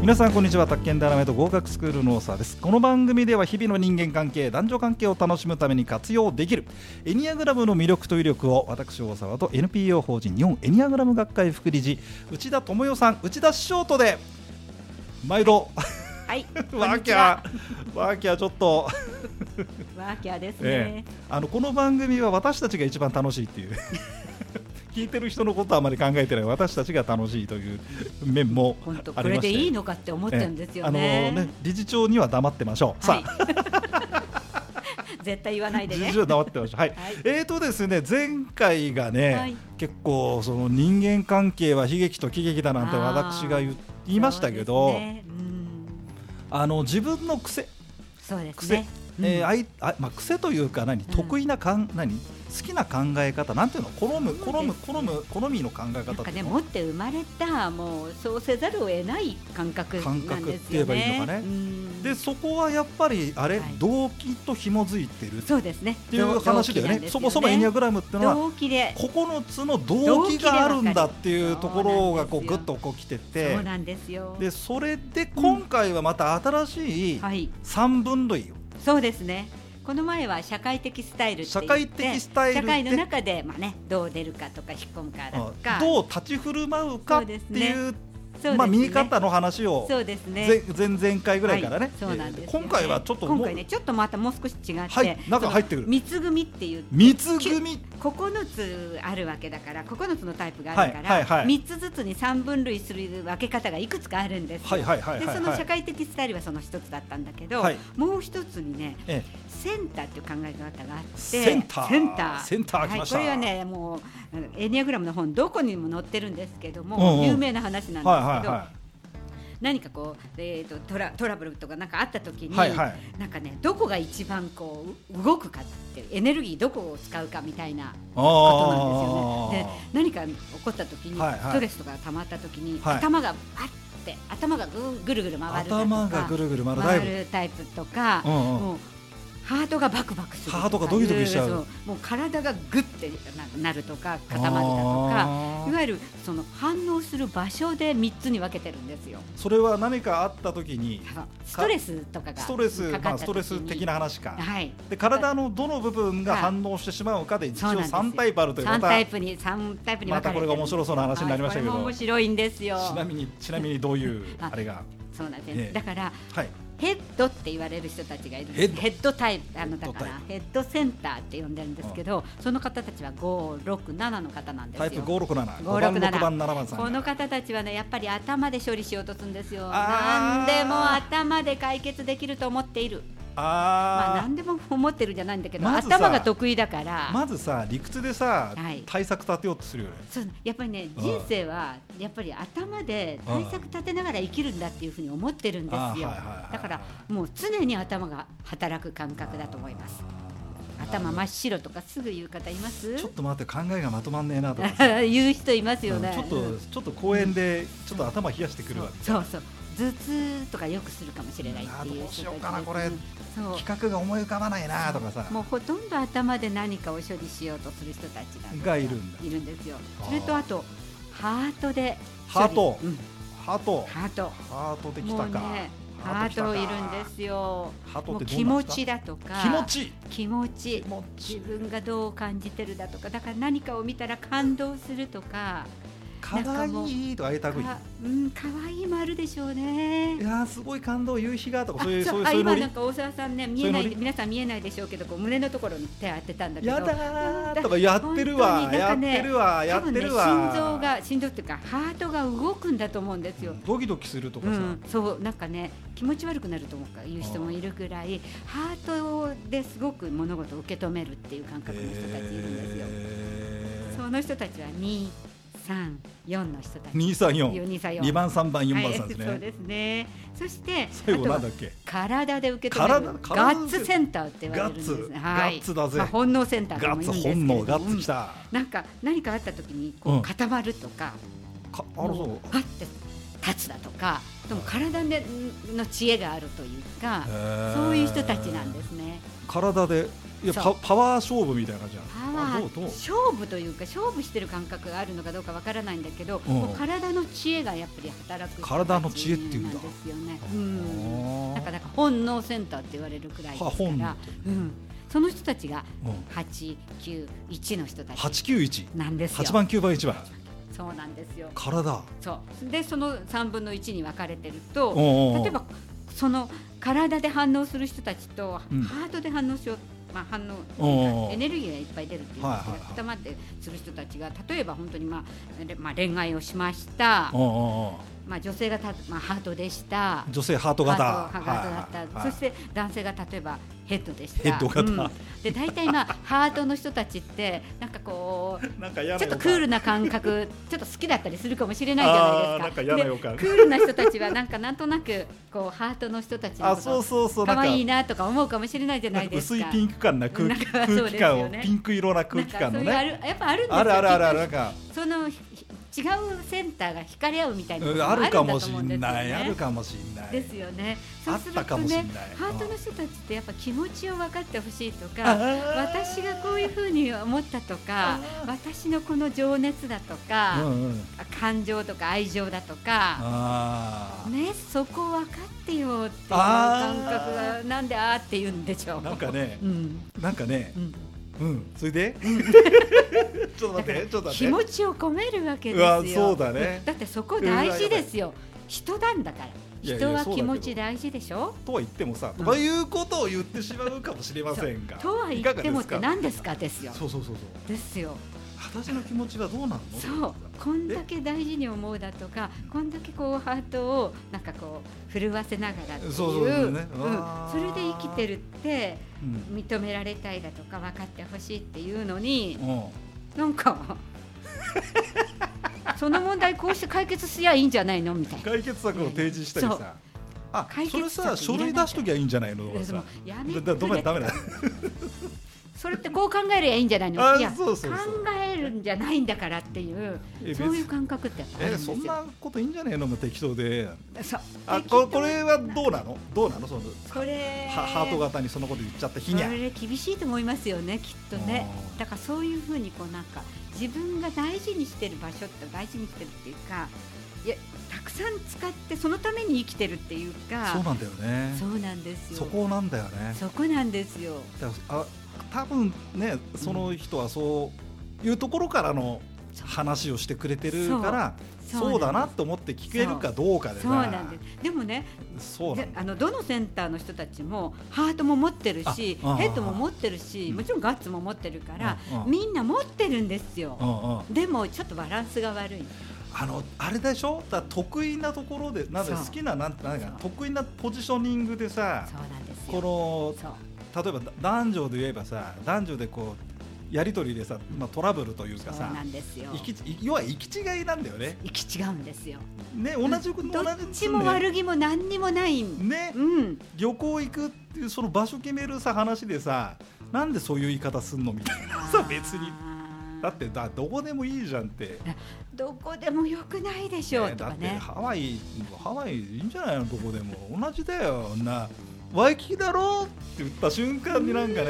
皆さんこんにちは宅建ダイナメイト合格スクールの大沢ですこの番組では日々の人間関係男女関係を楽しむために活用できるエニアグラムの魅力と威力を私大沢と NPO 法人日本エニアグラム学会副理事内田智代さん内田師匠とで毎度 はい、ワーキャーワーキャーちょっと、ー。ワーキャーですええね。あのこの番組は私たちが一番楽しいっていう 聞いてる人のことはあまり考えてない私たちが楽しいという面も本当、あこりれましてでいいのかって思っちゃうんですよええあのね。理事長には黙ってましょう。はいさあ。 絶対言わないで理 ね事。長黙ってましょう。はい。はいえーとですね前回がね、はい結構その人間関係は悲劇と喜劇だなんてあー私が言言いましたけど、そうですねうんあの自分の癖、そうです癖ね。うんえーあいあまあ癖というか何ん得意なかん、何好きな考え方なんていうの好むそうです好む好む好みの考えなん方っかていね、うの持って生まれた、もう、そうせざるを得ない感覚なんですよね。感覚って言えばいいのかねうんでそこはやっぱりあれ、はい動機と紐づいてるっそうですね。っていう話だよねそもそもエニアグラムってのは動機で。 9つの動機があるんだっていうところがこうぐっとこう来ててそうなんですよ。でそれで今回はまた新しいはい。 3分類をそうですね。この前は社会的スタイルって言って社会的スタイルって社会の中で、まあね、どう出るかとか引っ込むかだとかどう立ち振る舞うかっていうそうですねまあ見え方の話をそうですね前前々回ぐらいからねはいそうなんですよね今回はちょっと今もう回ねちょっとまたもう少し違って、はい中入ってくるその三つ組っていう三つ組9つあるわけだから9つのタイプがあるから、はい三はいはい3つずつに3分類する分け方がいくつかあるんですよ、はいはいはいはいでそはのい社会的スタイルはその一つだったんだけど、はいもう一つにねえセンターっていう考え方があってセンターセンターセンター来ましたはい、これはねもううんエニアグラムの本どこにも載ってるんですけども、うんうん有名な話なんですけえど、はいはいは何かこう、えー、とトラトラブルとかなんかあった時に、はいはいなんかねどこが一番こうう動くかっていうエネルギーどこを使うかみたいなことなんですよね。で何か起こった時に、はいはいストレスとか溜まった時に、はい頭がバッて頭がぐんぐるぐる回るだとか頭がぐるぐる回るタイ回プるタイプとか、うんうんもうハートがバクバクするとかハートがドキドキしちゃうそもう体がグッてなるとか固まるだとかあーいわゆるその反応する場所で3つに分けてるんですよ。それは何かあった時にストレスとかがストレスかまかあっスた時トにレス的な話かはいで体のどの部分が反応してしまうかで一そうなん応ですよ三タイプあるという三またタイプに三タイプに分またかれこれてるが面白そうな話になりましたけど、はいこれも面白いんですよちなみにちなみにどういう ああれがそうなんです、ええだからはいヘッドって言われる人たちがいるんですヘッドタイプあのだかヘッドらヘッドセンターって呼んでるんですけど、その方たちは五六七の方なんですタよイプ五六七五番567六番七番さんこの方たちはねやっぱり頭で処理しようとするんですよあ何ーでも頭で解決できると思っているまああ何でも思ってるんじゃないんだけど、まずさ頭が得意だから、ーまずさ理屈でさ、はい対策立てようとするよねそうやっぱりねうん人生はやっぱり頭で対策立てながら生きるんだっていうふうに思ってるんですよ、あーはいはいはいだからもう常に頭が働く感覚だと思います頭真っ白とかすぐ言う方いますちょっと待って考えがまとまんねえなとかさ 言う人いますうよんちね、ょっうとんちょっと公園でちょっと頭冷やしてくるわ、そうそう頭痛とかよくするかもしれないっていあーう人たちどうしようかなこれうんそう企画が思い浮かばないなとかさもうほとんど頭で何かを処理しようとする人たちががいるんだいるんですよあーそれとあとハートで処ハ理ートうんハートハートハートできもたうか、ねハートいるんすですよハートもっうて気どうなん持ですかちだとか気持ちいい気持ち気持ちい自い分がどう感じてるだとかだから何かを見たら感動するとかかわなんかもういいとか言いたくいかうん可愛いい丸でしょうねいやーすごい感動夕日がとかそういうあそういうあそういうノ今リなんか大沢さんね見えなそういういノリ皆さん見えないでしょうけどこう胸のところに手当てたんだけどやだーとかやってるわ、本当にやなっんかねてるわや多って分ねる心わ臓が心臓っていうかハートが動くんだと思うんですよ、ドキドキするとかうさ、ん、そうなんかね気持ち悪くなると思うかいう人もいるぐらいハートですごく物事を受け止めるっていう感覚の人たちいるんですよ、えーその人たちは234の人たち二三四234二番三番四番さんですね、はい、そうですねそして最後あとなはんだっけ体で受け止める体体ガッツセンターって言われるんですガッツねはいガッツだぜまあ、本能センターとガもッ言うツんですけれ本ども能ガッツきた、なんか何かあった時にこうんう固まるとか、かああのそうパッて立つだとかでも体での知恵があるというか、へーそういう人たちなんですね。体でいやそうパパワー勝負みたいな感じなのパワあどうーどう勝負というか勝負してる感覚があるのかどうかわからないんだけど、うんもう体の知恵がやっぱり働く体の知恵っていうんだ感じなんですよね。あーうん、なんかなんか本能センターって言われるくらいですかは本能ら、うん、その人たちがうん八九一の人たち891なんですよ。 8番9番1番そうなんですよ。体そうでその3分の1に分かれてるとおうおうおう例えばその体で反応する人たちと、うんハートで反応しよう、まあ、反おうお応うエネルギーがいっぱい出るっていうんですけどはいはいはい固まってする人たちが例えば本当に、まあれまあ、恋愛をしましたうん、うんうんまあ、女性がた、まあ、ハートでした。女性ハート型ハートハートだった、はいはいはいそして男性が例えばヘッドでしたヘッド型うんで大体まあハートの人たちってなんかこうなんか嫌な予ちょ感っとクールな感覚、ちょっと好きだったりするかもしれないじゃないですか。あーなんか嫌な予感でクールな人たちはなんかなんとなくこうハートの人たちのあこそうとそうそうなん可か愛いなとか思うかもしれないじゃななんいかです薄か。いピンク感な空なん気か空そうです気よ感ねをピンク色な空気感のなんかそうねいうあるやっぱあるんですよ。あるあるあるあるなんかそのひ違うセンターが惹かれ合うみたいなこうんともああるるんだとか思もうしんでんすよないあるね。かもしんないですよね。そあうっすたるかともしんないね、ハートの人たちってやっぱ気持ちを分かってほしいとあか、ー私がこういうふうに思ったとか私のこの情熱だとうか、んうん感情とか愛情だとか、あーね、そこ分かってよっていうあ感ー覚がなんであーって言うんでしょう。なんかねうんなんかねうんうんそれで ちょっと待ってちょっと待気って持ちを込めるわけうですよわそうだねだってそこ大事ですよ人なんだからいやいや人はそうだけど気持ち大事でしょとは言ってもさうんとかいうことを言ってしまうかもしれませんがとは言いかっがてもってですか何ですかですよそうそうそうそうですよ私の気持ちはどうなのそうこんだけ大事に思うだとかこんだけこうハートをなんかこう震わせながらっていうそうそうそうねうんあーそれで生きてるってうん認められたいだとか分かってほしいっていうのにうんなんか その問題こうして解決すりゃいいんじゃないのみたいな。解決策を提示したりそうさあ解それ決策いらなさい書類出しときゃいいんじゃないのとかでもさやだめだダてくメれだダメだそれってこう考えりゃいいんじゃないのあいやそうそうそう考えるんじゃないんだからっていうえそういう感覚ってあるんえですそよんなこといいんじゃねえのもう適当でそうあ適こ当れこれはどうなのどうなのそのこれはハート型にそのこと言っちゃった日そにゃれ厳しいと思いますよねきっとねあーだからそういうふうにこうなんか自分が大事にしてる場所って大事にしてるっていうかいやたくさん使ってそのために生きてるっていうかそうなんだよねそうなんですよそこなんだよねそこなんですよだからあ多分ねその人はそういうところからの話をしてくれてるからそうだなと思って聞けるかどうかでそうなんなですでもねそうなでんだあのどのセンターの人たちもハートも持ってるしあああヘッドも持ってるしうんもちろんガッツも持ってるからうんうんみんな持ってるんですうよんうんでもちょっとバランスが悪いあのあれでしょだから得意なところでなんでそう好きななんてなんかそ得意なポジショニングでさそうなんですよこそのう例えばだ男女で言えばさ男女でこうやり取りでさ、まあ、トラブルというかそうさなんですよ行き要は行き違いなんだよね行き違うんですよね同じことど同っじちもね悪気も何にもないんねうん旅行行くっていうその場所決めるさ話でさなんでそういう言い方すんのみたいなさ別にあーだってだどこでもいいじゃんって。どこでもよくないでしょうねとだかってねハワイハワイいいんじゃないのどこでも同じだよなワイキキだろって言った瞬間になんかね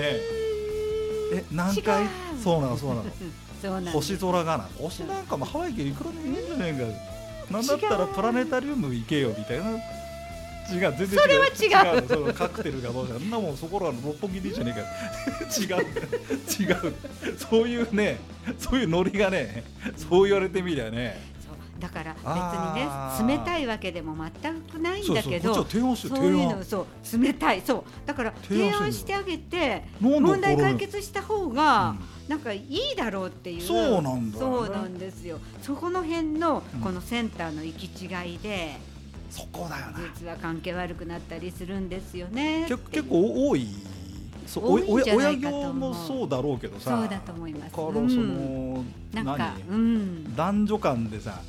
え何回違うそうなのそうなの そうなんです星空がな星なんかもハワイ行けるいくらでもいいんじゃねえかなんだったらプラネタリウム行けよみたいな違う全然違うそれは違うそのカクテルがどうじゃんなもんそこらの六本木でいいじゃねえか違う違うそういうねそういうノリがねそう言われてみりゃねそうだからあー別にね冷たいわけでも全くないんだけそうそうこっどちは提案してそよう提いう案のそう冷たいそうだから提案してん提の案してあげてなんだ問題これ解決した方がなんかいいだろうっていうそうなんだよねそうなんですよそこの辺のうんこのセンターの行き違いでそこだよな実は関係悪くなったりするんですよね結結構多いそうお多いんじゃな親いかと思業もうそうだろうけどさそうだと思いますだからそうん、の、なんか何うん男女間でさ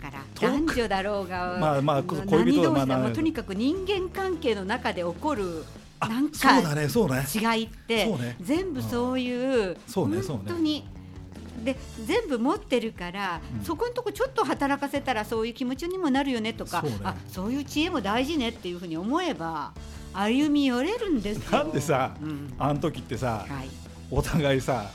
だから遠く男女だろうが、まあまあこ何恋人同まあ士だまあもうとにかく人間関係の中で起こるあなんそかうだねそうね違いって、そうね全部そういうそうねそう本ね当にで全部持ってるから、うんそこのとこちょっと働かせたらそういう気持ちにもなるよねとかそうねあそういう知恵も大事ねっていうふうに思えば歩み寄れるんですよなんでさうんあの時ってさはい、お互いさ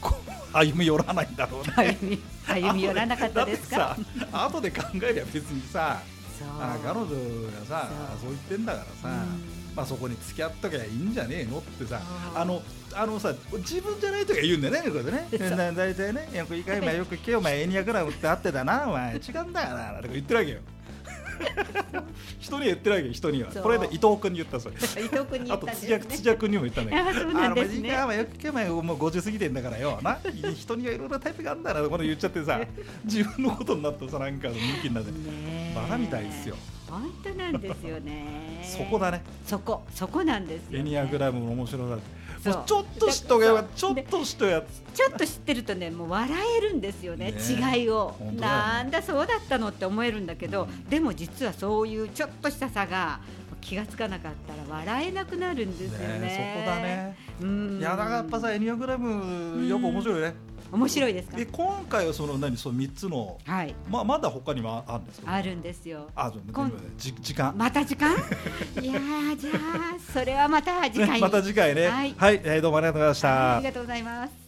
こう歩み寄らないんだろうね歩み歩み寄らなかったですかだって さ後で考えりゃ別にさそうあ彼女がさそう言ってんだからさ、うんま あそこに付き合っときゃいいんじゃねえのってさあーあのあのさ自分じゃないとか言うんだよねこれねそうだ大体ね「いやこれいいかいお前よく聞けよお前エニアクラブってあってだなお前違うんだよな」とか言ってるわけ よ人には言ってるわけよ人にはそうこれで伊藤君に言ったそれ伊藤君に言あっとたん土屋です土ね屋君にも言ったんだけどあそうなんですねあのまあいいかまあよく聞けばもう50過ぎてんだからよな人にはいろいろタイプがあるんだなとか言っちゃってさ自分のことになったさなんかの人気になってねえバカみたいですよ本当なんですよね そこだねそこそこなんですよ、ね、エニアグラムの面白さってもうちょっと人ががやちょっと人やつちょっと知ってるとねもう笑えるんですよねねえ違いを、本当だよねなんだそうだったのって思えるんだけど、うんでも実はそういうちょっとした差が気がつかなかったら笑えなくなるんですよねねそこだねうんいやだからやっぱさエニアグラムやっぱ面白いね面白いですかで今回はその何その3つのはいまあまだ他にもあるんですかあるんですよあそう今じ時間また時間 いやーじゃあそれはまた次回ねにまた次回ねはいはいえーどうもありがとうございましたありがとうございます